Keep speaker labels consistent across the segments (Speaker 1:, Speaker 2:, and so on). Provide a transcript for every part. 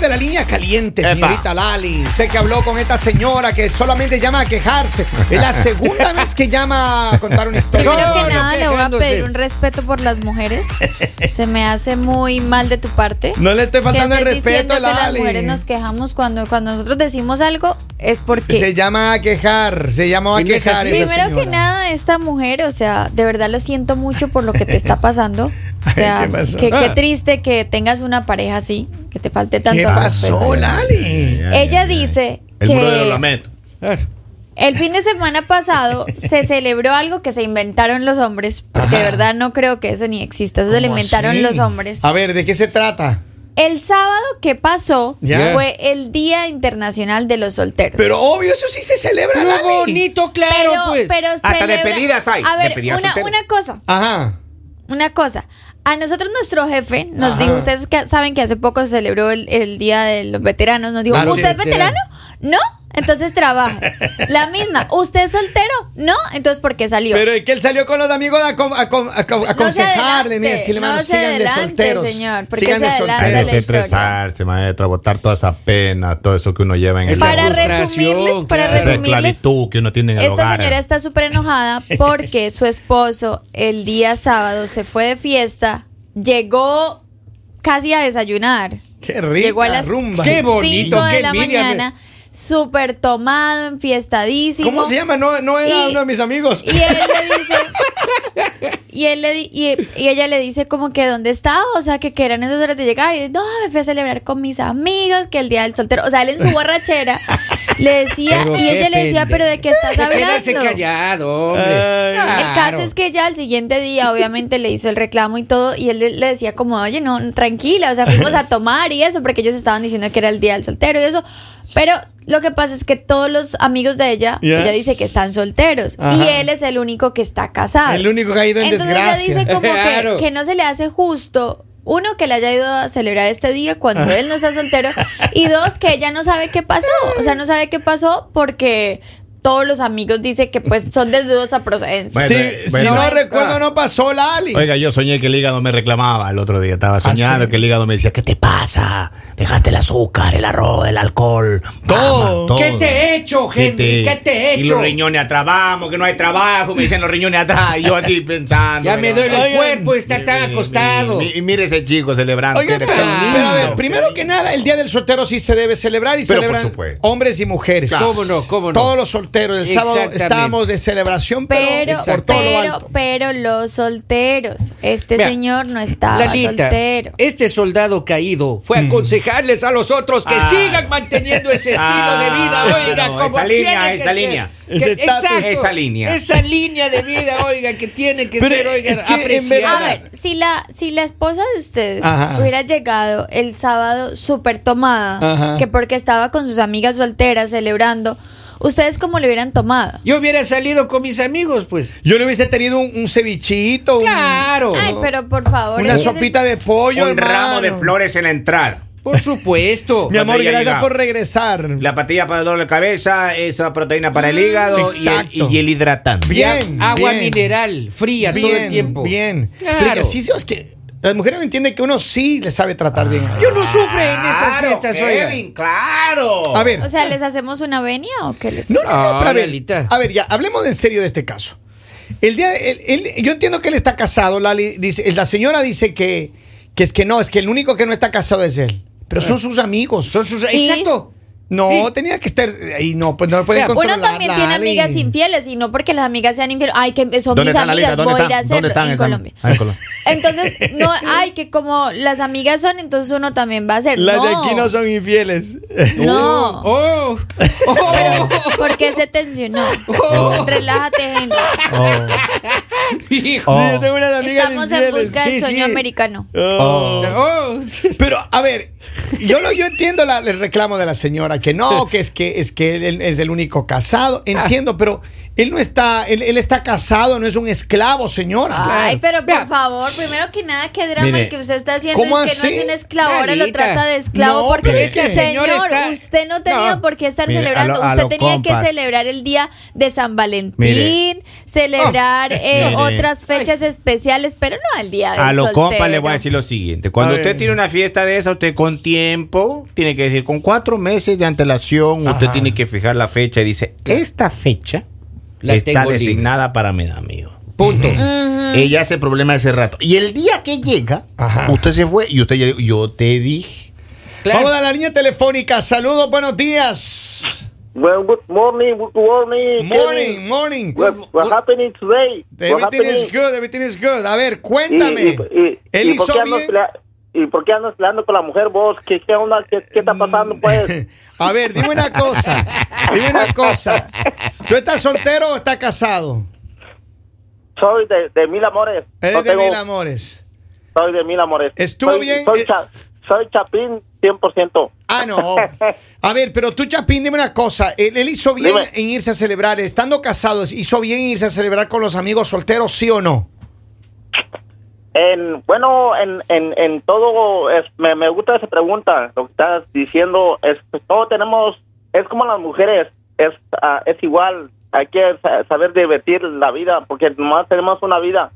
Speaker 1: de la línea caliente,
Speaker 2: Epa.
Speaker 1: señorita Lali. Usted que habló con esta señora que solamente llama a quejarse. Es la segunda vez que llama a contar una historia.
Speaker 3: Primero
Speaker 2: Solo
Speaker 3: que nada, le voy a
Speaker 2: quejándose.
Speaker 3: pedir un respeto por las mujeres. Se me hace muy mal de tu parte.
Speaker 1: No le estoy
Speaker 3: que
Speaker 1: faltando el
Speaker 3: estés
Speaker 1: respeto
Speaker 3: diciendo
Speaker 1: a
Speaker 3: que las
Speaker 1: Lali.
Speaker 3: mujeres nos quejamos cuando, cuando nosotros decimos algo es porque
Speaker 1: Se llama a quejar, se llama a
Speaker 2: Dime que
Speaker 1: quejar.
Speaker 2: sí.
Speaker 1: esa
Speaker 3: Primero que
Speaker 1: señora.
Speaker 3: nada, esta mujer, o sea, de verdad lo siento mucho por lo que te está pasando. O sea,
Speaker 1: ¿qué pasó?
Speaker 3: que, qué
Speaker 2: Ah.
Speaker 3: triste que tengas una pareja así, que te falte tanto
Speaker 1: ¿Qué pasó,
Speaker 3: respeto.
Speaker 1: Lali?
Speaker 3: Ella dice
Speaker 4: El muro de los
Speaker 3: que
Speaker 4: lamentos.
Speaker 2: Claro.
Speaker 3: el fin de semana pasado se celebró algo que se inventaron los hombres. porque De verdad no creo que eso ni exista, eso se lo
Speaker 1: ¿Cómo
Speaker 3: inventaron
Speaker 1: así? Ah.
Speaker 3: los hombres.
Speaker 1: A ver, ¿de qué se trata?
Speaker 3: El sábado que pasó
Speaker 1: Ya.
Speaker 3: fue el Día Internacional de los Solteros.
Speaker 1: Pero obvio, eso sí se celebra,
Speaker 2: Muy
Speaker 1: Lali.
Speaker 2: bonito, claro, pues.
Speaker 3: pero
Speaker 4: Hasta despedidas hay,
Speaker 3: A ver,
Speaker 4: despedidas
Speaker 3: una-
Speaker 4: solteras.
Speaker 3: una cosa.
Speaker 1: Ajá.
Speaker 3: Una cosa, a nosotros nuestro jefe nos
Speaker 1: Ajá.
Speaker 3: dijo, ustedes que saben que hace poco se celebró el, el Día de los Veteranos, nos dijo,
Speaker 1: Claro,
Speaker 3: ¿usted
Speaker 1: Ah, sí,
Speaker 3: es veterano? ¿No? Entonces trabaja. La misma, ¿usted es soltero? ¿No? Entonces, ¿por qué salió?
Speaker 1: Pero es que él salió con los amigos a, acom- a acom- a acom-
Speaker 3: No se
Speaker 1: aconsejarle, mira,
Speaker 3: adelante,
Speaker 1: decirle, mano,
Speaker 3: no se
Speaker 1: sigan de
Speaker 3: adelante,
Speaker 1: solteros.
Speaker 3: señor, ¿por qué
Speaker 1: Sigan
Speaker 3: se
Speaker 1: de
Speaker 3: adelante?
Speaker 1: solteros.
Speaker 3: Ándale,
Speaker 4: Hay
Speaker 3: historia.
Speaker 4: estresarse, maestro, botar toda esa pena, todo eso que uno lleva en el
Speaker 2: Esa
Speaker 3: para
Speaker 4: hogar.
Speaker 2: frustración,
Speaker 3: resumirles, para
Speaker 2: claro.
Speaker 4: esa
Speaker 3: resumirles,
Speaker 4: esclavitud que uno tiene en el
Speaker 3: esta
Speaker 4: hogar.
Speaker 3: señora está súper enojada porque su esposo el día sábado se fue de fiesta, llegó casi a desayunar.
Speaker 1: Qué rica
Speaker 3: Llegó a las
Speaker 1: rumba.
Speaker 2: Qué bo- bonito,
Speaker 3: 5 de
Speaker 2: qué
Speaker 3: la
Speaker 2: envidia, me-
Speaker 3: mañana, súper tomado, enfiestadísimo.
Speaker 1: ¿Cómo se llama? No, no era
Speaker 3: Y-
Speaker 1: uno de mis amigos.
Speaker 3: Y él le dice. Y, él le di- y, y ella le dice como que dónde estaba, o sea, que, que eran esas horas de llegar. Y dice, no, me fui a celebrar con mis amigos, que el día del soltero. O sea, él en su borrachera le decía,
Speaker 2: Pero
Speaker 3: y
Speaker 2: qué
Speaker 3: ella le decía,
Speaker 2: pendejo.
Speaker 3: pero ¿de qué estás
Speaker 2: Se
Speaker 3: hablando?
Speaker 2: quédase callado, hombre.
Speaker 3: El caso es que ya al siguiente día, obviamente, le hizo el reclamo y todo, y él le, le decía como, oye, no, tranquila, o sea, fuimos a tomar y eso, porque ellos estaban diciendo que era el día del soltero y eso. Pero lo que pasa es que todos los amigos de ella,
Speaker 1: Ya.
Speaker 3: ella dice que están solteros, y
Speaker 1: Ajá.
Speaker 3: él es el único que está casado.
Speaker 1: El único que ha ido en
Speaker 3: Entonces
Speaker 1: desgracia.
Speaker 3: ella dice como que-
Speaker 2: Claro.
Speaker 3: que, no se le hace justo. Uno, que le haya ido a celebrar este día cuando
Speaker 1: Ah.
Speaker 3: él no está soltero. Y dos, que ella no sabe qué pasó. O sea, no sabe qué pasó porque todos los amigos dicen que pues son de dudosa procedencia.
Speaker 4: Bueno,
Speaker 1: Sí,
Speaker 4: eh,
Speaker 1: si
Speaker 4: bueno.
Speaker 1: no recuerdo, no pasó Lali.
Speaker 4: Oiga, yo soñé que el hígado me reclamaba el otro día.
Speaker 2: Ah,
Speaker 4: Estaba soñando
Speaker 1: sí?
Speaker 4: que el hígado me decía, ¿qué te pasa? Dejaste el azúcar, el arroz, el alcohol.
Speaker 1: Todo.
Speaker 4: mama,
Speaker 2: ¿Qué te he hecho, Henry? ¿Qué te he
Speaker 4: Y
Speaker 2: hecho?
Speaker 4: los riñones atrás, vamos, que no hay trabajo. Me dicen los riñones atrás. Y yo así pensando.
Speaker 2: Ya me
Speaker 4: doy
Speaker 2: duele el cuerpo está tan acostado.
Speaker 4: Y mire ese chico celebrando.
Speaker 1: Oiga, pero,
Speaker 4: Mire, qué lindo.
Speaker 1: pero a ver, primero que nada, el Día del Soltero sí se debe celebrar y
Speaker 4: Pero por
Speaker 1: celebran
Speaker 4: supuesto.
Speaker 1: hombres y mujeres.
Speaker 2: Claro. Cómo no, cómo no.
Speaker 1: Todos los solteros. El sábado
Speaker 2: Exactamente.
Speaker 1: estábamos de celebración, pero,
Speaker 3: pero,
Speaker 1: por todo lo
Speaker 3: pero,
Speaker 1: alto.
Speaker 3: pero los solteros. Este
Speaker 2: Mira,
Speaker 3: señor no estaba
Speaker 2: Lalita,
Speaker 3: soltero.
Speaker 2: este soldado caído fue a aconsejarles a los otros que
Speaker 4: Mm. Ah.
Speaker 2: sigan manteniendo ese estilo de vida,
Speaker 4: Ah,
Speaker 2: oiga,
Speaker 4: no,
Speaker 2: como
Speaker 4: esa
Speaker 2: tiene
Speaker 4: línea,
Speaker 2: que
Speaker 4: esa
Speaker 2: ser.
Speaker 4: línea.
Speaker 2: Que-
Speaker 1: Ese estatus.
Speaker 2: exacto,
Speaker 4: Esa línea.
Speaker 2: Esa línea de vida, oiga, que tiene que
Speaker 1: Pero
Speaker 2: ser, oiga,
Speaker 1: es que en
Speaker 2: apreciada.
Speaker 3: A ver, si la, si la esposa de ustedes
Speaker 1: Eh, Ajá.
Speaker 3: hubiera llegado el sábado súper tomada,
Speaker 1: Ajá.
Speaker 3: que porque estaba con sus amigas solteras celebrando, ¿ustedes cómo le hubieran tomado?
Speaker 2: Yo hubiera salido con mis amigos, pues.
Speaker 1: Yo le hubiese tenido un, un cevichito, un-
Speaker 2: Claro.
Speaker 3: Oh. Ay, pero por favor.
Speaker 1: una
Speaker 3: es que-
Speaker 1: sopita de pollo,
Speaker 4: Un ramo de
Speaker 1: hermano.
Speaker 4: flores en la entrada.
Speaker 2: Por supuesto.
Speaker 1: Mi amor,
Speaker 4: Cuando ella
Speaker 1: gracias
Speaker 4: llegaba.
Speaker 1: por regresar.
Speaker 4: La patilla para el dolor de cabeza, esa proteína para el hígado y el,
Speaker 1: Mm, Exacto.
Speaker 4: y el hidratante.
Speaker 1: Bien.
Speaker 2: Agua
Speaker 1: bien.
Speaker 2: mineral, fría todo el tiempo.
Speaker 1: Bien.
Speaker 2: Claro.
Speaker 1: Pero que sí, sí, es que las mujeres no entienden que uno sí le sabe tratar bien. a ellas.
Speaker 2: Yo no sufre en esas
Speaker 4: Claro,
Speaker 2: fiestas, oiga.
Speaker 4: Kevin, claro.
Speaker 1: A ver.
Speaker 3: O sea, ¿les hacemos una venia o qué les
Speaker 1: No, no, no,
Speaker 2: Ah,
Speaker 1: pero a ver,
Speaker 2: Lalita.
Speaker 1: a ver, ya, hablemos en serio de este caso. El día, el- el- yo entiendo que él está casado, Lali, dice, la señora dice que, que es que no, es que el único que no está casado es él. Pero son sus amigos.
Speaker 2: Ah. Son sus.
Speaker 3: Y-
Speaker 2: Exacto.
Speaker 1: no,
Speaker 2: Sí.
Speaker 1: tenía que estar ahí, no, pues no lo pueden
Speaker 2: Mira,
Speaker 1: controlar.
Speaker 3: Uno también tiene
Speaker 1: Lali.
Speaker 3: amigas infieles y no porque las amigas sean infieles. Ay, que son
Speaker 4: ¿Dónde
Speaker 3: mis
Speaker 4: están, Lalita?
Speaker 3: amigas,
Speaker 4: ¿Dónde
Speaker 3: voy a ir a
Speaker 4: están? ¿Dónde
Speaker 3: hacerlo
Speaker 4: están
Speaker 3: en
Speaker 4: esas-
Speaker 3: Colombia.
Speaker 4: Ah, en Colombia.
Speaker 3: Entonces, no, ay, que como las amigas son, entonces uno también va a hacer.
Speaker 1: Las
Speaker 3: no.
Speaker 1: de aquí no son infieles.
Speaker 3: No.
Speaker 2: Oh. Oh.
Speaker 3: ¿Por qué se tensionó?
Speaker 1: Oh.
Speaker 3: Relájate, Henry.
Speaker 2: Hijo.
Speaker 1: Yo tengo unas amigas
Speaker 3: Estamos en
Speaker 1: infieles.
Speaker 3: busca
Speaker 2: Sí,
Speaker 3: del sueño
Speaker 2: sí.
Speaker 3: americano.
Speaker 1: Oh.
Speaker 2: Oh.
Speaker 1: Pero, a ver, yo lo, yo entiendo
Speaker 5: Ah.
Speaker 1: la- el reclamo de la señora, que no, que es que es que él es el único casado. Entiendo, pero Él no está, él, él está casado, no es un esclavo, señora.
Speaker 3: Ay, pero por
Speaker 2: Vea.
Speaker 3: favor, primero que nada, qué drama
Speaker 6: Mire.
Speaker 3: el que usted está haciendo.
Speaker 1: ¿Cómo
Speaker 3: es que
Speaker 1: así?
Speaker 3: no es un esclavo, ahora lo
Speaker 2: Lalita.
Speaker 3: trata de esclavo
Speaker 1: No, pero
Speaker 3: porque
Speaker 1: es que el
Speaker 3: señor,
Speaker 2: señor está-
Speaker 3: usted no tenía
Speaker 2: No.
Speaker 3: por qué estar
Speaker 6: Mire, a
Speaker 3: celebrando.
Speaker 6: lo- a
Speaker 3: usted
Speaker 6: lo
Speaker 3: tenía
Speaker 6: compas.
Speaker 3: que celebrar el día de San Valentín,
Speaker 6: Mire.
Speaker 3: celebrar eh,
Speaker 6: Oh, Mire.
Speaker 3: otras fechas especiales, pero no al día del
Speaker 6: A los
Speaker 3: soltero.
Speaker 6: compas le voy a decir lo siguiente.
Speaker 1: A
Speaker 6: Cuando
Speaker 1: ver.
Speaker 6: usted tiene una fiesta de esa, usted con tiempo tiene que decir, con cuatro meses de antelación, usted
Speaker 1: Ajá.
Speaker 6: tiene que fijar la fecha y dice, esta fecha
Speaker 2: La
Speaker 6: está
Speaker 2: tengo libre".
Speaker 6: designada para mi amigo.
Speaker 2: Punto.
Speaker 6: Ella hace problema ese rato. Y el día que llega,
Speaker 1: Mm. Ajá.
Speaker 6: usted se fue y usted ya dijo, yo te dije.
Speaker 2: Claro.
Speaker 1: Vamos a la línea telefónica. Saludos, buenos días.
Speaker 5: Well, good morning, good morning.
Speaker 1: Morning,
Speaker 5: Kevin.
Speaker 1: morning.
Speaker 5: What, what happening today? What
Speaker 1: Everything is
Speaker 5: happening?
Speaker 1: good, everything is good. A ver,
Speaker 5: Y-
Speaker 1: cuéntame.
Speaker 5: Y, y-
Speaker 1: Él
Speaker 5: y por
Speaker 1: hizo
Speaker 5: qué andas
Speaker 1: bien.
Speaker 5: pelea- ¿Y por qué andas peleando con la mujer vos? ¿Qué, qué onda? ¿Qué, qué está
Speaker 1: Mm.
Speaker 5: pasando, pues?
Speaker 1: A ver, dime una cosa. dime una cosa. ¿Tú estás soltero o estás casado?
Speaker 5: Soy de, de mil amores.
Speaker 1: Eres
Speaker 5: No
Speaker 1: de
Speaker 5: tengo-
Speaker 1: mil amores.
Speaker 5: Soy de mil amores.
Speaker 1: Estuvo
Speaker 5: Soy-
Speaker 1: bien,
Speaker 5: Soy,
Speaker 1: eh.
Speaker 5: cha- soy chapín 100%.
Speaker 1: Ah, no. A ver, pero tú, Chapín, dime una cosa. Él, él hizo bien
Speaker 5: Dime.
Speaker 1: en irse a celebrar, estando casados, hizo bien en irse a celebrar con los amigos solteros, ¿sí o no?
Speaker 5: En, bueno, en, en, en todo, es- me, me gusta esa pregunta, lo que estás diciendo, es, pues, todo tenemos, es como las mujeres, es, ah, es igual, hay que sa- saber divertir la vida, porque nomás tenemos una vida,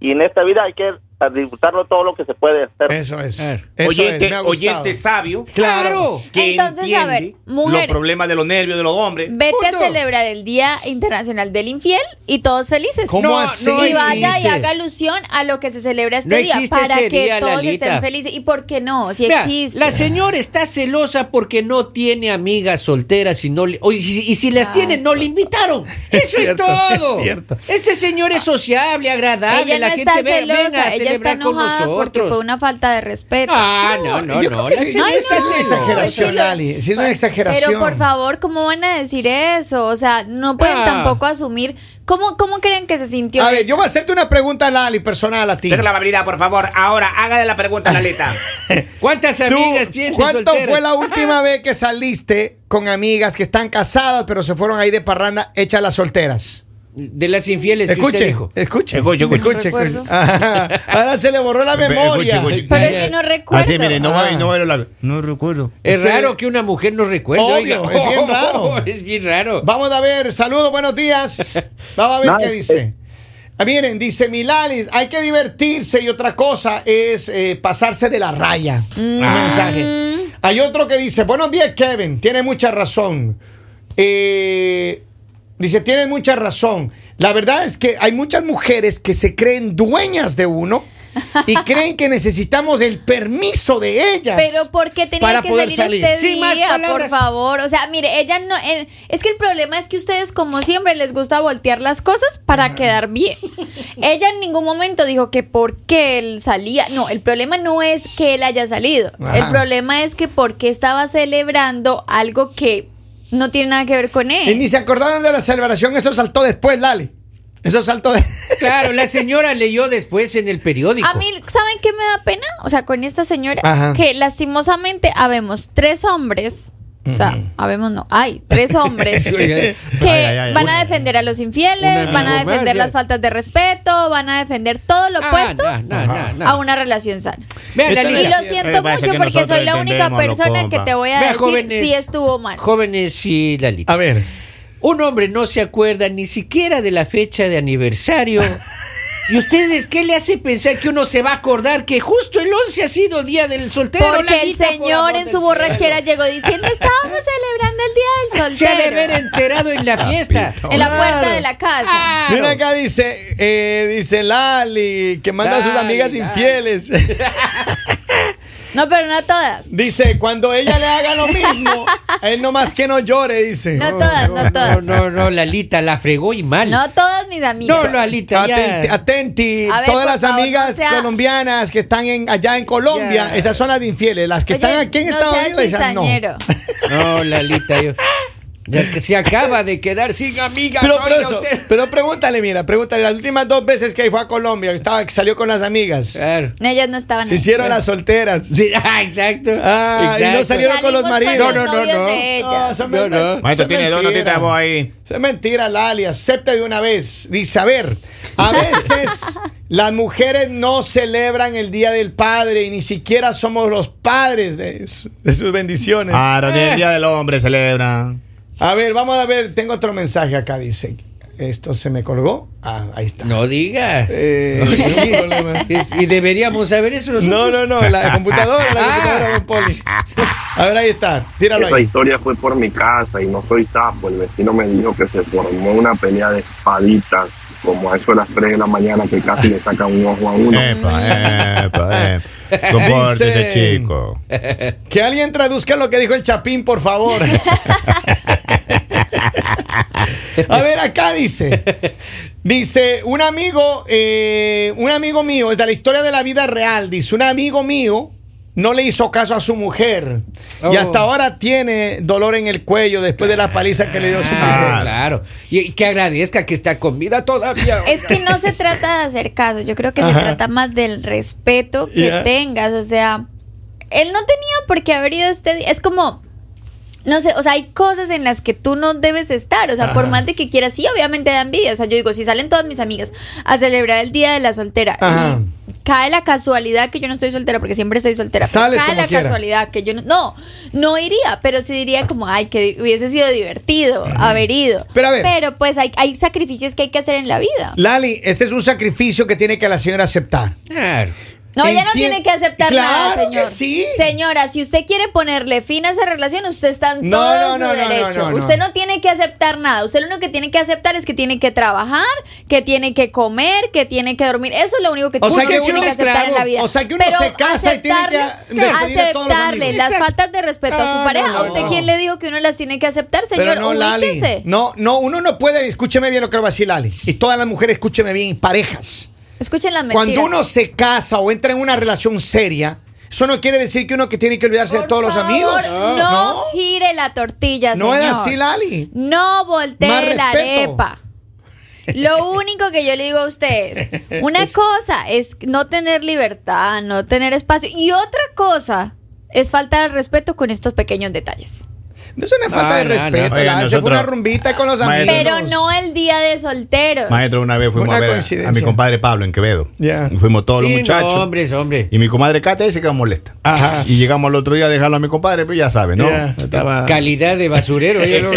Speaker 5: y en esta vida hay que ah, disfrutarlo todo lo que se puede. Pero-
Speaker 1: Eso es.
Speaker 2: Eh.
Speaker 1: Eso
Speaker 6: oyente,
Speaker 1: es, me ha gustado.
Speaker 6: oyente sabio.
Speaker 2: Claro.
Speaker 6: Que
Speaker 3: Entonces, a ver,
Speaker 6: entiende
Speaker 3: mujeres.
Speaker 6: Los problemas de los nervios de los hombres.
Speaker 3: Vete
Speaker 2: Punto.
Speaker 3: a celebrar el Día Internacional del Infiel y todos felices.
Speaker 1: ¿Cómo
Speaker 2: No,
Speaker 1: así?
Speaker 2: no
Speaker 3: y vaya
Speaker 2: existe.
Speaker 3: y haga alusión a lo que se celebra este
Speaker 2: No
Speaker 3: día
Speaker 2: existe
Speaker 3: para
Speaker 2: ese
Speaker 3: que
Speaker 2: día,
Speaker 3: todos
Speaker 2: Lalita.
Speaker 3: estén felices. ¿Y por qué no? Si
Speaker 2: Mira,
Speaker 3: existe.
Speaker 2: la señora está celosa porque no tiene amigas solteras y, no le- o y, si, y si las
Speaker 3: Ah,
Speaker 2: tiene, no le invitaron.
Speaker 1: Es
Speaker 2: Eso es,
Speaker 1: cierto,
Speaker 2: todo.
Speaker 1: es cierto.
Speaker 2: Este señor es sociable, agradable.
Speaker 3: ella no
Speaker 2: la
Speaker 3: está
Speaker 2: gente ve- venga a
Speaker 3: celosa, ella está
Speaker 2: celebrar con
Speaker 3: enojada porque
Speaker 2: nosotros.
Speaker 3: fue una falta de respeto.
Speaker 2: Ah, no, no,
Speaker 1: yo
Speaker 2: no.
Speaker 1: creo que
Speaker 2: la
Speaker 1: sí,
Speaker 2: señora
Speaker 3: Ay,
Speaker 2: está
Speaker 3: no, no, no,
Speaker 2: celosa.
Speaker 1: exageración,
Speaker 3: pues sí lo-
Speaker 1: Ali, sí es una exageración.
Speaker 3: Pero por favor, ¿cómo van a decir eso? O sea, no pueden
Speaker 2: Ah.
Speaker 3: tampoco asumir. ¿Cómo, ¿Cómo creen que se sintió?
Speaker 1: A ver, yo voy a hacerte una pregunta, Lali, personal a ti.
Speaker 6: Tenga la amabilidad, por favor. Ahora, hágale la pregunta a Lalita.
Speaker 2: ¿Cuántas
Speaker 1: Tú,
Speaker 2: amigas tiene
Speaker 1: ¿Cuánto
Speaker 2: solteras?
Speaker 1: fue la última vez que saliste con amigas que están casadas, pero se fueron ahí de parranda, hechas las solteras?
Speaker 2: De las infieles que usted
Speaker 1: Escuche,
Speaker 2: dijo.
Speaker 1: escuche,
Speaker 6: Escuche, escuche.
Speaker 1: escuche,
Speaker 3: No recuerdo.
Speaker 1: escuche. Ajá. Ahora se le borró la
Speaker 6: Escuche,
Speaker 1: memoria.
Speaker 6: escuche.
Speaker 3: Pero es que no recuerdo.
Speaker 6: Así, mire, no va
Speaker 1: Ah.
Speaker 6: no va a ver la- No recuerdo.
Speaker 2: Es
Speaker 1: Sí.
Speaker 2: raro que una mujer no recuerde.
Speaker 1: Obvio,
Speaker 2: oiga.
Speaker 1: es bien
Speaker 2: Oh,
Speaker 1: raro.
Speaker 2: Es bien raro.
Speaker 1: Vamos a ver, saludos, buenos días. Vamos a ver
Speaker 5: No,
Speaker 1: qué
Speaker 5: es-
Speaker 1: dice. Ah, Miren, dice Milalis, hay que divertirse y otra cosa es eh, pasarse de la raya. Un mensaje. Hay otro que dice, buenos días Kevin, tiene mucha razón. Eh, dice, tiene mucha razón. La verdad es que hay muchas mujeres que se creen dueñas de uno y creen que necesitamos el permiso de ellas.
Speaker 3: Pero ¿por qué tenía
Speaker 1: para
Speaker 3: que
Speaker 1: poder
Speaker 3: salir,
Speaker 1: salir?
Speaker 3: este
Speaker 2: Sin más
Speaker 3: día? Por
Speaker 2: palabras.
Speaker 3: favor. O sea, mire, ella no. eh, es que el problema es que ustedes, como siempre, les gusta voltear las cosas para quedar bien. ella en ningún momento dijo que por qué él salía. No, el problema no es que él haya salido.
Speaker 1: Ajá.
Speaker 3: El problema es que por qué estaba celebrando algo que no tiene nada que ver con él.
Speaker 1: Y ni se acordaron de la celebración, eso saltó después, Lali. Eso saltó de...
Speaker 2: Claro, la señora leyó después en el periódico.
Speaker 3: A mí, ¿saben qué me da pena? O sea, con esta señora,
Speaker 1: Ajá.
Speaker 3: que lastimosamente habemos tres hombres. O sea, habemos no. Hay tres hombres
Speaker 2: Sí, eh. oye.
Speaker 3: que
Speaker 6: Ay, ay, ay.
Speaker 3: van a defender a los infieles,
Speaker 2: Un
Speaker 3: van a
Speaker 2: amigo
Speaker 3: defender
Speaker 2: más, ya.
Speaker 3: las faltas de respeto, van a defender todo lo
Speaker 2: Ah,
Speaker 3: opuesto
Speaker 2: no, no, no, no.
Speaker 3: a una relación sana.
Speaker 2: Vea,
Speaker 6: Yo
Speaker 2: la
Speaker 6: también
Speaker 3: Y
Speaker 2: lista.
Speaker 3: lo
Speaker 6: Gracias. Lo
Speaker 3: siento
Speaker 6: que pasa
Speaker 3: mucho
Speaker 6: es que
Speaker 3: porque
Speaker 6: nosotros
Speaker 3: soy la única
Speaker 6: entendemos, lo
Speaker 3: persona que
Speaker 6: compa.
Speaker 3: te voy a
Speaker 2: Vea,
Speaker 3: decir si estuvo mal.
Speaker 2: Jóvenes y Lalita.
Speaker 1: A ver.
Speaker 2: Un hombre no se acuerda ni siquiera de la fecha de aniversario. ¿Y ustedes qué le hace pensar que uno se va a acordar que justo el 11 ha sido día del soltero?
Speaker 3: Porque el
Speaker 2: Lalita, por amor
Speaker 3: señor en
Speaker 2: del
Speaker 3: su
Speaker 2: cielo?
Speaker 3: borrachera llegó diciendo estábamos celebrando el día del
Speaker 2: Se ha de haber
Speaker 3: soltero
Speaker 2: enterado en la fiesta.
Speaker 3: en la puerta de la casa.
Speaker 2: Claro.
Speaker 1: Mira acá dice, eh, dice Lali, que manda a sus
Speaker 2: Lali,
Speaker 1: amigas
Speaker 2: Lali.
Speaker 1: infieles.
Speaker 3: No, pero no todas.
Speaker 1: dice, cuando ella le haga lo mismo, a él nomás que no llore, dice.
Speaker 3: No todas, no todas.
Speaker 2: No, no, no, Lalita, la fregó y mal.
Speaker 3: No todas mis amigas.
Speaker 2: No, Lalita, ya.
Speaker 1: Atenti, atenti,
Speaker 3: A ver,
Speaker 1: todas
Speaker 3: por
Speaker 1: las
Speaker 3: favor,
Speaker 1: amigas
Speaker 3: no sea-
Speaker 1: colombianas que están en, allá en Colombia,
Speaker 2: Ya.
Speaker 1: esas son las infieles, las que
Speaker 3: Oye,
Speaker 1: están aquí en
Speaker 3: no
Speaker 1: Estados
Speaker 3: seas
Speaker 1: Unidos, esas no.
Speaker 3: cizañero.
Speaker 2: No, Lalita, yo. Ya que se acaba de quedar sin amigas.
Speaker 1: Pero,
Speaker 2: oiga
Speaker 1: pero, eso,
Speaker 2: usted.
Speaker 1: pero pregúntale, mira, pregúntale. Las últimas dos veces que fue a Colombia, que, estaba, que salió con las amigas,
Speaker 2: Claro.
Speaker 3: Ellas no estaban
Speaker 1: se
Speaker 3: ahí.
Speaker 1: hicieron las solteras.
Speaker 2: Sí, ah, exacto.
Speaker 1: Ah, y no
Speaker 2: Exacto.
Speaker 1: salieron con los
Speaker 3: Salimos
Speaker 1: maridos.
Speaker 3: con los
Speaker 2: No, no, no,
Speaker 3: novios
Speaker 2: no.
Speaker 3: de ellas.
Speaker 1: No, son
Speaker 2: No,
Speaker 1: men-
Speaker 2: no.
Speaker 1: son
Speaker 6: Maestro, tiene dos
Speaker 1: mentiras.
Speaker 6: notitas de voz ahí.
Speaker 1: Es mentira, Lali. Acepta de una vez. Dice, a ver, a veces las mujeres no celebran el Día del Padre y ni siquiera somos los padres de, su- de sus bendiciones.
Speaker 6: Claro, tiene el Día del Hombre, celebran.
Speaker 1: A ver, vamos a ver. Tengo otro mensaje acá, dice. Esto se me colgó. Ah, ahí está.
Speaker 2: No diga.
Speaker 1: Eh,
Speaker 2: Es- y deberíamos saber eso
Speaker 1: no,
Speaker 2: nosotros.
Speaker 1: no, no. La computadora, la
Speaker 2: Ah.
Speaker 1: computadora, don Poli. A ver, ahí está. Tíralo
Speaker 7: Esa
Speaker 1: ahí.
Speaker 7: historia fue por mi casa y no soy sapo. El vecino me dijo que se formó una pelea de espaditas, como a eso de las 3 de la mañana, que casi le saca un ojo a uno.
Speaker 6: Epa, epa, epa. Compórtese,
Speaker 1: Dicen-
Speaker 6: chico.
Speaker 1: Que alguien traduzca lo que dijo el Chapín, por favor. A ver, acá dice. Dice, un amigo, eh, un amigo mío, es de la historia de la vida real, dice, un amigo mío no le hizo caso a su mujer y
Speaker 2: Oh.
Speaker 1: hasta ahora tiene dolor en el cuello después de la paliza que le dio su
Speaker 2: Ah,
Speaker 1: mujer.
Speaker 2: claro. Y, y que agradezca que está con vida todavía.
Speaker 3: Es que no se trata de hacer caso, yo creo que se trata más del respeto que
Speaker 1: Ya.
Speaker 3: tengas, o sea, él no tenía por qué haber ido a este día, es como, no sé, o sea, hay cosas en las que tú no debes estar, o sea, por más de que quieras, sí, obviamente da envidia, o sea, yo digo, si salen todas mis amigas a celebrar el Día de la Soltera
Speaker 1: Ajá.
Speaker 3: y cae la casualidad que yo no estoy soltera, porque siempre estoy soltera, pero
Speaker 1: Sales
Speaker 3: cae
Speaker 1: como
Speaker 3: la
Speaker 1: quiera.
Speaker 3: casualidad que yo no, no, no iría, pero sí diría como, ay, que hubiese sido divertido haber ido.
Speaker 1: Pero a ver.
Speaker 3: Pero pues hay, hay sacrificios que hay que hacer en la vida.
Speaker 1: Lali, este es un sacrificio que tiene que la señora aceptar.
Speaker 2: Claro.
Speaker 3: No, ella no
Speaker 1: Entien-
Speaker 3: tiene que aceptar
Speaker 1: Claro
Speaker 3: nada, señor.
Speaker 1: que sí.
Speaker 3: Señora, si usted quiere ponerle fin a esa relación, usted está en
Speaker 1: No,
Speaker 3: todo
Speaker 1: no,
Speaker 3: su
Speaker 1: no, no,
Speaker 3: derecho.
Speaker 1: no, no, no.
Speaker 3: Usted no tiene que aceptar nada. Usted lo único que tiene que aceptar es que tiene que trabajar, que tiene que comer, que tiene que dormir. Eso es lo único que
Speaker 1: O sea,
Speaker 3: uno
Speaker 1: que
Speaker 3: tiene
Speaker 1: si uno
Speaker 3: que
Speaker 1: es
Speaker 3: aceptar
Speaker 1: esclavo,
Speaker 3: en la vida.
Speaker 1: o sea, que uno
Speaker 3: Pero
Speaker 1: se casa y tiene que
Speaker 3: aceptarle-
Speaker 1: despedir a todos los
Speaker 3: aceptarle
Speaker 1: amigos.
Speaker 3: las
Speaker 2: Exacto.
Speaker 3: faltas de respeto a
Speaker 2: No,
Speaker 3: su pareja.
Speaker 2: no,
Speaker 3: ¿A
Speaker 2: no,
Speaker 3: usted
Speaker 2: no.
Speaker 3: quién le dijo que uno las tiene que aceptar, señor?
Speaker 1: Pero no, Lali.
Speaker 3: Ubíquese.
Speaker 1: No, no, uno no puede, escúcheme bien lo que le va a decir Lali. Y todas las mujeres, escúcheme bien, parejas.
Speaker 3: Escuchen las mentiras.
Speaker 1: Cuando uno se casa o entra en una relación seria, eso no quiere decir que uno que tiene que olvidarse de
Speaker 3: Por
Speaker 1: todos los
Speaker 3: favor,
Speaker 1: amigos.
Speaker 3: No, gire la tortilla,
Speaker 1: No es
Speaker 3: señor.
Speaker 1: así, Lali.
Speaker 3: No
Speaker 1: Más
Speaker 3: voltee la
Speaker 1: respeto.
Speaker 3: arepa. Lo único que yo le digo a ustedes, una cosa es no tener libertad, no tener espacio, y otra cosa es faltar al respeto con estos pequeños detalles.
Speaker 1: No es una falta de
Speaker 2: no, no.
Speaker 1: respeto.
Speaker 6: Oiga,
Speaker 1: Lali. Se fue
Speaker 6: nosotros-
Speaker 1: una rumbita con los amigos.
Speaker 6: Maestro,
Speaker 3: Pero no el día de solteros.
Speaker 6: Maestro, una vez fuimos
Speaker 1: Una
Speaker 6: a ver a- a,
Speaker 1: coincidencia.
Speaker 6: mi compadre Pablo en Quevedo.
Speaker 1: Ya.
Speaker 6: Y Fuimos todos
Speaker 2: Sí,
Speaker 6: los muchachos.
Speaker 2: no, hombre, es hombre.
Speaker 6: Y mi comadre Cata dice que molesta.
Speaker 1: Ajá.
Speaker 6: Y llegamos al otro día a dejarlo a mi compadre, pero ya sabe, ¿no?
Speaker 1: Ya.
Speaker 6: Estaba-
Speaker 2: Calidad de basurero. oye, no-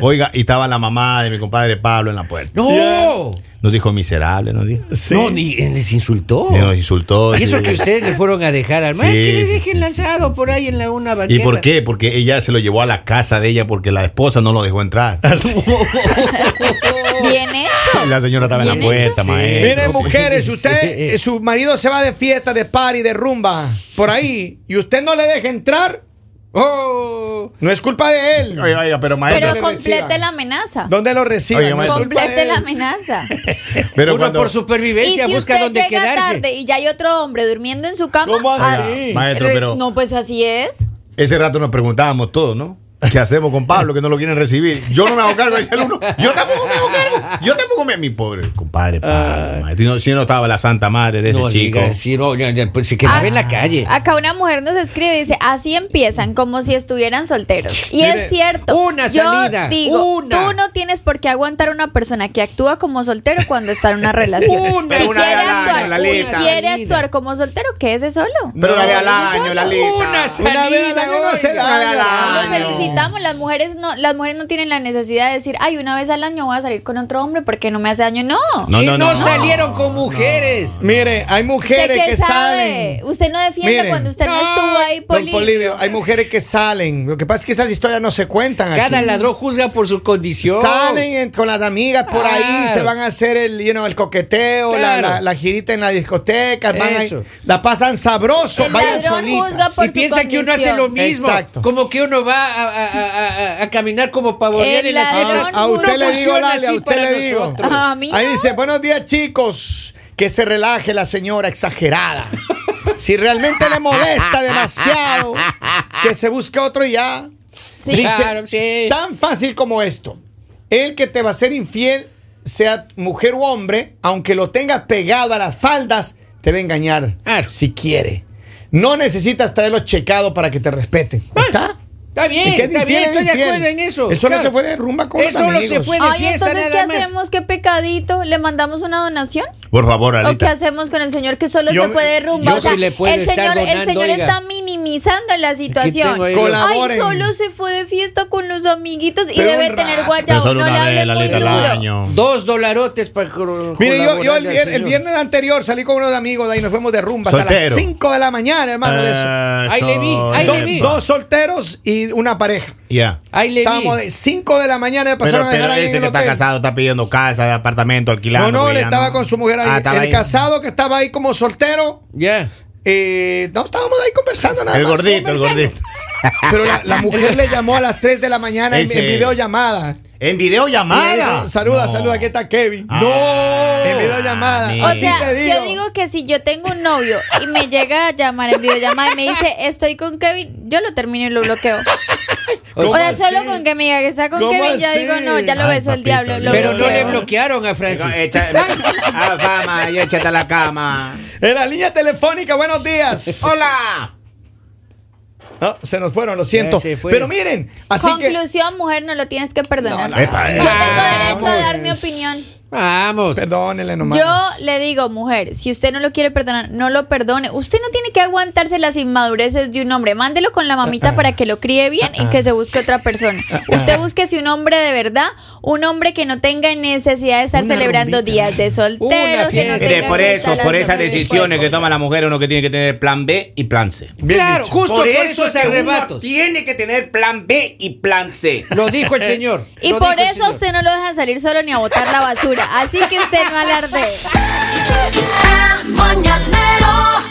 Speaker 6: Oiga, y estaba la mamá de mi compadre Pablo en la puerta.
Speaker 2: no.
Speaker 6: Nos dijo miserable, nos dijo.
Speaker 2: No, ni eh, les insultó.
Speaker 6: Y Nos insultó.
Speaker 2: Y eso
Speaker 6: sí.
Speaker 2: que ustedes le fueron a dejar al mar,
Speaker 6: Sí,
Speaker 2: que le
Speaker 6: sí,
Speaker 2: dejen
Speaker 6: sí,
Speaker 2: lanzado por ahí en la una
Speaker 6: ¿Y
Speaker 2: banqueta.
Speaker 6: por qué? Porque ella se lo llevó a la casa de ella porque la esposa no lo dejó entrar.
Speaker 3: Bien hecho.
Speaker 6: Y la señora estaba en la
Speaker 3: Bien
Speaker 6: puerta,
Speaker 2: hecho.
Speaker 6: maestro.
Speaker 1: Miren,
Speaker 6: Sí.
Speaker 1: mujeres, usted,
Speaker 2: Sí.
Speaker 1: eh, su marido se va de fiesta, de party, de rumba, por ahí, y usted no le deja entrar,
Speaker 2: Oh.
Speaker 1: no es culpa de él.
Speaker 6: Oiga, oiga, pero maestro.
Speaker 1: le
Speaker 3: Pero complete
Speaker 1: reciban.
Speaker 3: la amenaza.
Speaker 1: ¿Dónde lo reciben?
Speaker 6: Oiga,
Speaker 1: No es
Speaker 6: maestro.
Speaker 1: culpa de
Speaker 3: Complete
Speaker 1: él.
Speaker 3: la amenaza.
Speaker 6: pero
Speaker 2: Uno
Speaker 6: cuando-
Speaker 2: por
Speaker 3: Y
Speaker 2: supervivencia
Speaker 3: si
Speaker 2: busca
Speaker 3: usted
Speaker 2: dónde
Speaker 3: llega
Speaker 2: quedarse.
Speaker 3: tarde y ya hay otro hombre durmiendo en su cama.
Speaker 1: ¿Cómo
Speaker 3: ah,
Speaker 1: así?
Speaker 6: Maestro,
Speaker 3: re-
Speaker 6: pero
Speaker 3: No, pues así es.
Speaker 6: ese rato nos preguntábamos todos, ¿no? ¿Qué hacemos con Pablo que no lo quieren recibir? Yo no me hago cargo, dice el uno. Yo tampoco me hago cargo. Yo tampoco me. Mi pobre compadre, Pablo, maestro. Y no- Si no estaba la santa madre de ese
Speaker 2: No
Speaker 6: chico.
Speaker 2: diga, sí, no, ya, ya, pues se quedaba
Speaker 3: Ah,
Speaker 2: en la calle.
Speaker 3: Acá una mujer nos escribe y dice, así empiezan, como si estuvieran solteros. Y
Speaker 2: Mire,
Speaker 3: es cierto.
Speaker 2: una
Speaker 3: yo
Speaker 2: salida,
Speaker 3: digo,
Speaker 2: una.
Speaker 3: tú no tienes por qué aguantar a una persona que actúa como soltero cuando está en una relación.
Speaker 2: Una,
Speaker 3: si
Speaker 2: una
Speaker 3: quiere,
Speaker 2: galana,
Speaker 3: actuar,
Speaker 2: Lalita.
Speaker 3: si quiere
Speaker 2: Salida.
Speaker 3: actuar como soltero, quédese solo.
Speaker 6: Pero una vez al
Speaker 3: Quédese
Speaker 6: año,
Speaker 3: solo.
Speaker 6: Lalita.
Speaker 2: Una
Speaker 1: Una vez al
Speaker 2: salida.
Speaker 1: año no hace
Speaker 2: oiga.
Speaker 1: daño.
Speaker 6: Una vez al
Speaker 3: Lo
Speaker 6: año.
Speaker 3: felicitamos, las mujeres no, las mujeres no tienen la necesidad de decir, ay, una vez al año voy a salir con otro hombre porque no me hace daño. No.
Speaker 6: No,
Speaker 2: y
Speaker 6: no,
Speaker 2: no,
Speaker 6: no, no.
Speaker 2: salieron con mujeres.
Speaker 1: Mire, hay
Speaker 3: ¿Usted
Speaker 1: mujeres
Speaker 3: qué
Speaker 1: que
Speaker 3: sabe?
Speaker 1: salen.
Speaker 3: Usted no defiende
Speaker 1: Miren.
Speaker 3: cuando usted no,
Speaker 2: No,
Speaker 3: estuvo ahí,
Speaker 1: Don
Speaker 3: Polivio.
Speaker 1: Polivio, hay mujeres que salen. Lo que pasa es que esas historias no se cuentan.
Speaker 2: Cada
Speaker 1: aquí.
Speaker 2: ladrón juzga por su condición.
Speaker 1: Salen en- con las amigas por ahí,
Speaker 2: Claro.
Speaker 1: se van a hacer el, you know, el coqueteo, la-
Speaker 2: Claro.
Speaker 1: la, la girita en la discoteca, van ahí,
Speaker 2: Eso.
Speaker 1: la pasan sabroso,
Speaker 3: El
Speaker 1: vayan
Speaker 3: ladrón
Speaker 1: solitas.
Speaker 3: juzga por
Speaker 2: y
Speaker 3: su
Speaker 2: piensa que uno hace
Speaker 3: condición.
Speaker 2: lo mismo.
Speaker 1: Exacto.
Speaker 2: Como que uno va a, a- a- a- a caminar como pavonear
Speaker 3: El
Speaker 2: en las
Speaker 1: A,
Speaker 3: ladrón
Speaker 2: fiestas.
Speaker 1: a
Speaker 3: no
Speaker 1: usted le digo,
Speaker 2: funciona
Speaker 1: Lali, a
Speaker 2: así
Speaker 1: usted
Speaker 2: para
Speaker 1: le digo.
Speaker 2: nosotros.
Speaker 3: Ah, a mí
Speaker 1: Ahí
Speaker 3: no.
Speaker 1: dice, buenos días chicos, que se relaje la señora exagerada. Si realmente le molesta demasiado, que se busque otro y ya.
Speaker 3: Sí.
Speaker 1: Dice,
Speaker 2: Claro, sí.
Speaker 1: tan fácil como esto. El que te va a ser infiel, sea mujer u hombre, aunque lo tengas pegado a las faldas, te va a engañar
Speaker 2: Claro.
Speaker 1: si quiere. No necesitas traerlo checado para que te respeten.
Speaker 2: Ah.
Speaker 1: ¿Está?
Speaker 2: Pues, Está bien,
Speaker 1: El que es
Speaker 2: está
Speaker 1: infiel
Speaker 2: bien,
Speaker 1: es
Speaker 2: estoy de
Speaker 1: infiel.
Speaker 2: acuerdo en eso.
Speaker 1: Él solo
Speaker 2: claro.
Speaker 1: se fue de rumba con
Speaker 2: Él
Speaker 1: los
Speaker 2: solo se
Speaker 1: amigos.
Speaker 2: fue de
Speaker 3: Ay,
Speaker 2: fiesta
Speaker 3: entonces, ¿qué
Speaker 2: nada más.
Speaker 3: hacemos? ¿Qué pecadito? ¿Le mandamos una donación?
Speaker 6: Por favor,
Speaker 3: ¿O qué
Speaker 6: Alita.
Speaker 3: hacemos con el señor que solo
Speaker 1: Yo-
Speaker 3: se fue de rumba?
Speaker 2: yo
Speaker 3: O sea,
Speaker 2: sí le puedo
Speaker 3: el
Speaker 2: estar
Speaker 3: señor, el
Speaker 2: donando,
Speaker 3: señor
Speaker 2: oiga.
Speaker 3: está minimizando la situación.
Speaker 2: tengo ahí los-
Speaker 3: Ay,
Speaker 1: Colaboren.
Speaker 3: solo se fue de fiesta con los amiguitos y
Speaker 1: Pero
Speaker 3: debe
Speaker 1: un
Speaker 3: tener
Speaker 1: rato.
Speaker 6: Pero
Speaker 3: guayabo.
Speaker 6: solo
Speaker 3: No le
Speaker 6: una vez,
Speaker 3: hable muy
Speaker 6: Lalita, al
Speaker 3: duro.
Speaker 6: año.
Speaker 2: Dos dolarotes para col-
Speaker 1: Mire, yo, yo el,
Speaker 2: colaborarle al
Speaker 1: vier- el
Speaker 2: señor.
Speaker 1: viernes anterior salí con unos amigos de ahí, nos fuimos de rumba hasta
Speaker 6: Soltero.
Speaker 1: las 5 de la mañana, hermano. de eso.
Speaker 6: Ah,
Speaker 2: Ahí le vi, ahí
Speaker 1: Do-
Speaker 2: le vi.
Speaker 1: Dos solteros y una pareja.
Speaker 6: Ya.
Speaker 2: Ahí le
Speaker 1: Estábamos
Speaker 2: vi.
Speaker 1: de 5 de la mañana, me
Speaker 6: Pero
Speaker 1: pasaron a
Speaker 6: usted
Speaker 1: dejar ahí en
Speaker 6: dice
Speaker 1: el
Speaker 6: que está
Speaker 1: hotel.
Speaker 6: casado, está pidiendo casa, apartamento, alquilando.
Speaker 1: No, no,
Speaker 6: porque
Speaker 1: él
Speaker 6: ya
Speaker 1: estaba
Speaker 6: no-
Speaker 1: con su mujer ahí.
Speaker 6: Ah, estaba
Speaker 1: el
Speaker 6: ahí.
Speaker 1: casado que estaba ahí como soltero.
Speaker 2: Ya.
Speaker 1: eh, no, estábamos ahí conversando nada
Speaker 6: El
Speaker 1: más,
Speaker 6: gordito, el
Speaker 1: conversando.
Speaker 6: gordito.
Speaker 1: Pero la, la mujer le llamó a las 3 de la mañana en,
Speaker 6: Ese-
Speaker 1: en videollamada.
Speaker 6: En
Speaker 1: Y le
Speaker 6: videollamada.
Speaker 1: dijo, saluda,
Speaker 6: No.
Speaker 1: saluda, aquí está Kevin.
Speaker 6: Ah,
Speaker 1: En videollamada.
Speaker 6: mi-
Speaker 3: O
Speaker 1: Sí
Speaker 3: sea,
Speaker 1: te digo.
Speaker 3: yo digo que si yo tengo un novio y me llega a llamar en videollamada y me dice, estoy con Kevin, yo lo termino y lo bloqueo.
Speaker 2: O
Speaker 3: O sea,
Speaker 1: así?
Speaker 3: solo con que me diga que está con
Speaker 1: ¿Cómo
Speaker 3: Kevin, ya
Speaker 1: así?
Speaker 3: digo, no, ya lo
Speaker 6: Ay,
Speaker 3: besó el
Speaker 6: papito,
Speaker 3: diablo. lo
Speaker 2: Pero no le
Speaker 3: bloqueo.
Speaker 2: bloquearon a Francis.
Speaker 6: Echa,
Speaker 2: ah,
Speaker 6: a la cama, y échate a la cama.
Speaker 1: En la línea telefónica, buenos días.
Speaker 6: ¡Hola!
Speaker 1: No, se nos fueron, lo siento.
Speaker 2: Ya se fue.
Speaker 1: Pero miren, así que.
Speaker 3: Conclusión, mujer, no lo tienes que perdonar.
Speaker 1: No,
Speaker 3: yo
Speaker 6: Epa,
Speaker 3: tengo
Speaker 6: eh.
Speaker 3: derecho a
Speaker 1: vamos.
Speaker 3: dar mi opinión.
Speaker 2: Vamos.
Speaker 1: Perdónenle nomás.
Speaker 3: Yo le digo, mujer, si usted no lo quiere perdonar, no lo perdone. Usted no tiene que aguantarse las inmadureces de un hombre. Mándelo con la
Speaker 6: Ah.
Speaker 3: mamita para que lo críe bien y que se busque otra persona. Usted búsquese un hombre de verdad, un hombre que no tenga necesidad de estar celebrando días de soltero.
Speaker 2: Una
Speaker 3: que no
Speaker 2: fiesta.
Speaker 3: tenga
Speaker 6: Mire, por
Speaker 3: que
Speaker 6: eso,
Speaker 3: estar
Speaker 6: por
Speaker 3: haciendo ese
Speaker 6: esas
Speaker 3: tipo de
Speaker 6: decisiones que
Speaker 3: cosas.
Speaker 6: toma la mujer, uno que tiene que tener plan B y plan C.
Speaker 2: Claro, justo por, esos
Speaker 6: es que uno
Speaker 2: arrebatos.
Speaker 6: tiene que tener plan B y plan C.
Speaker 2: Lo dijo el señor.
Speaker 3: Y
Speaker 2: lo
Speaker 3: por
Speaker 2: dijo el
Speaker 3: eso
Speaker 2: señor.
Speaker 3: usted no lo dejan salir solo ni a botar la basura. Así que usted no alarde.
Speaker 8: El mañanero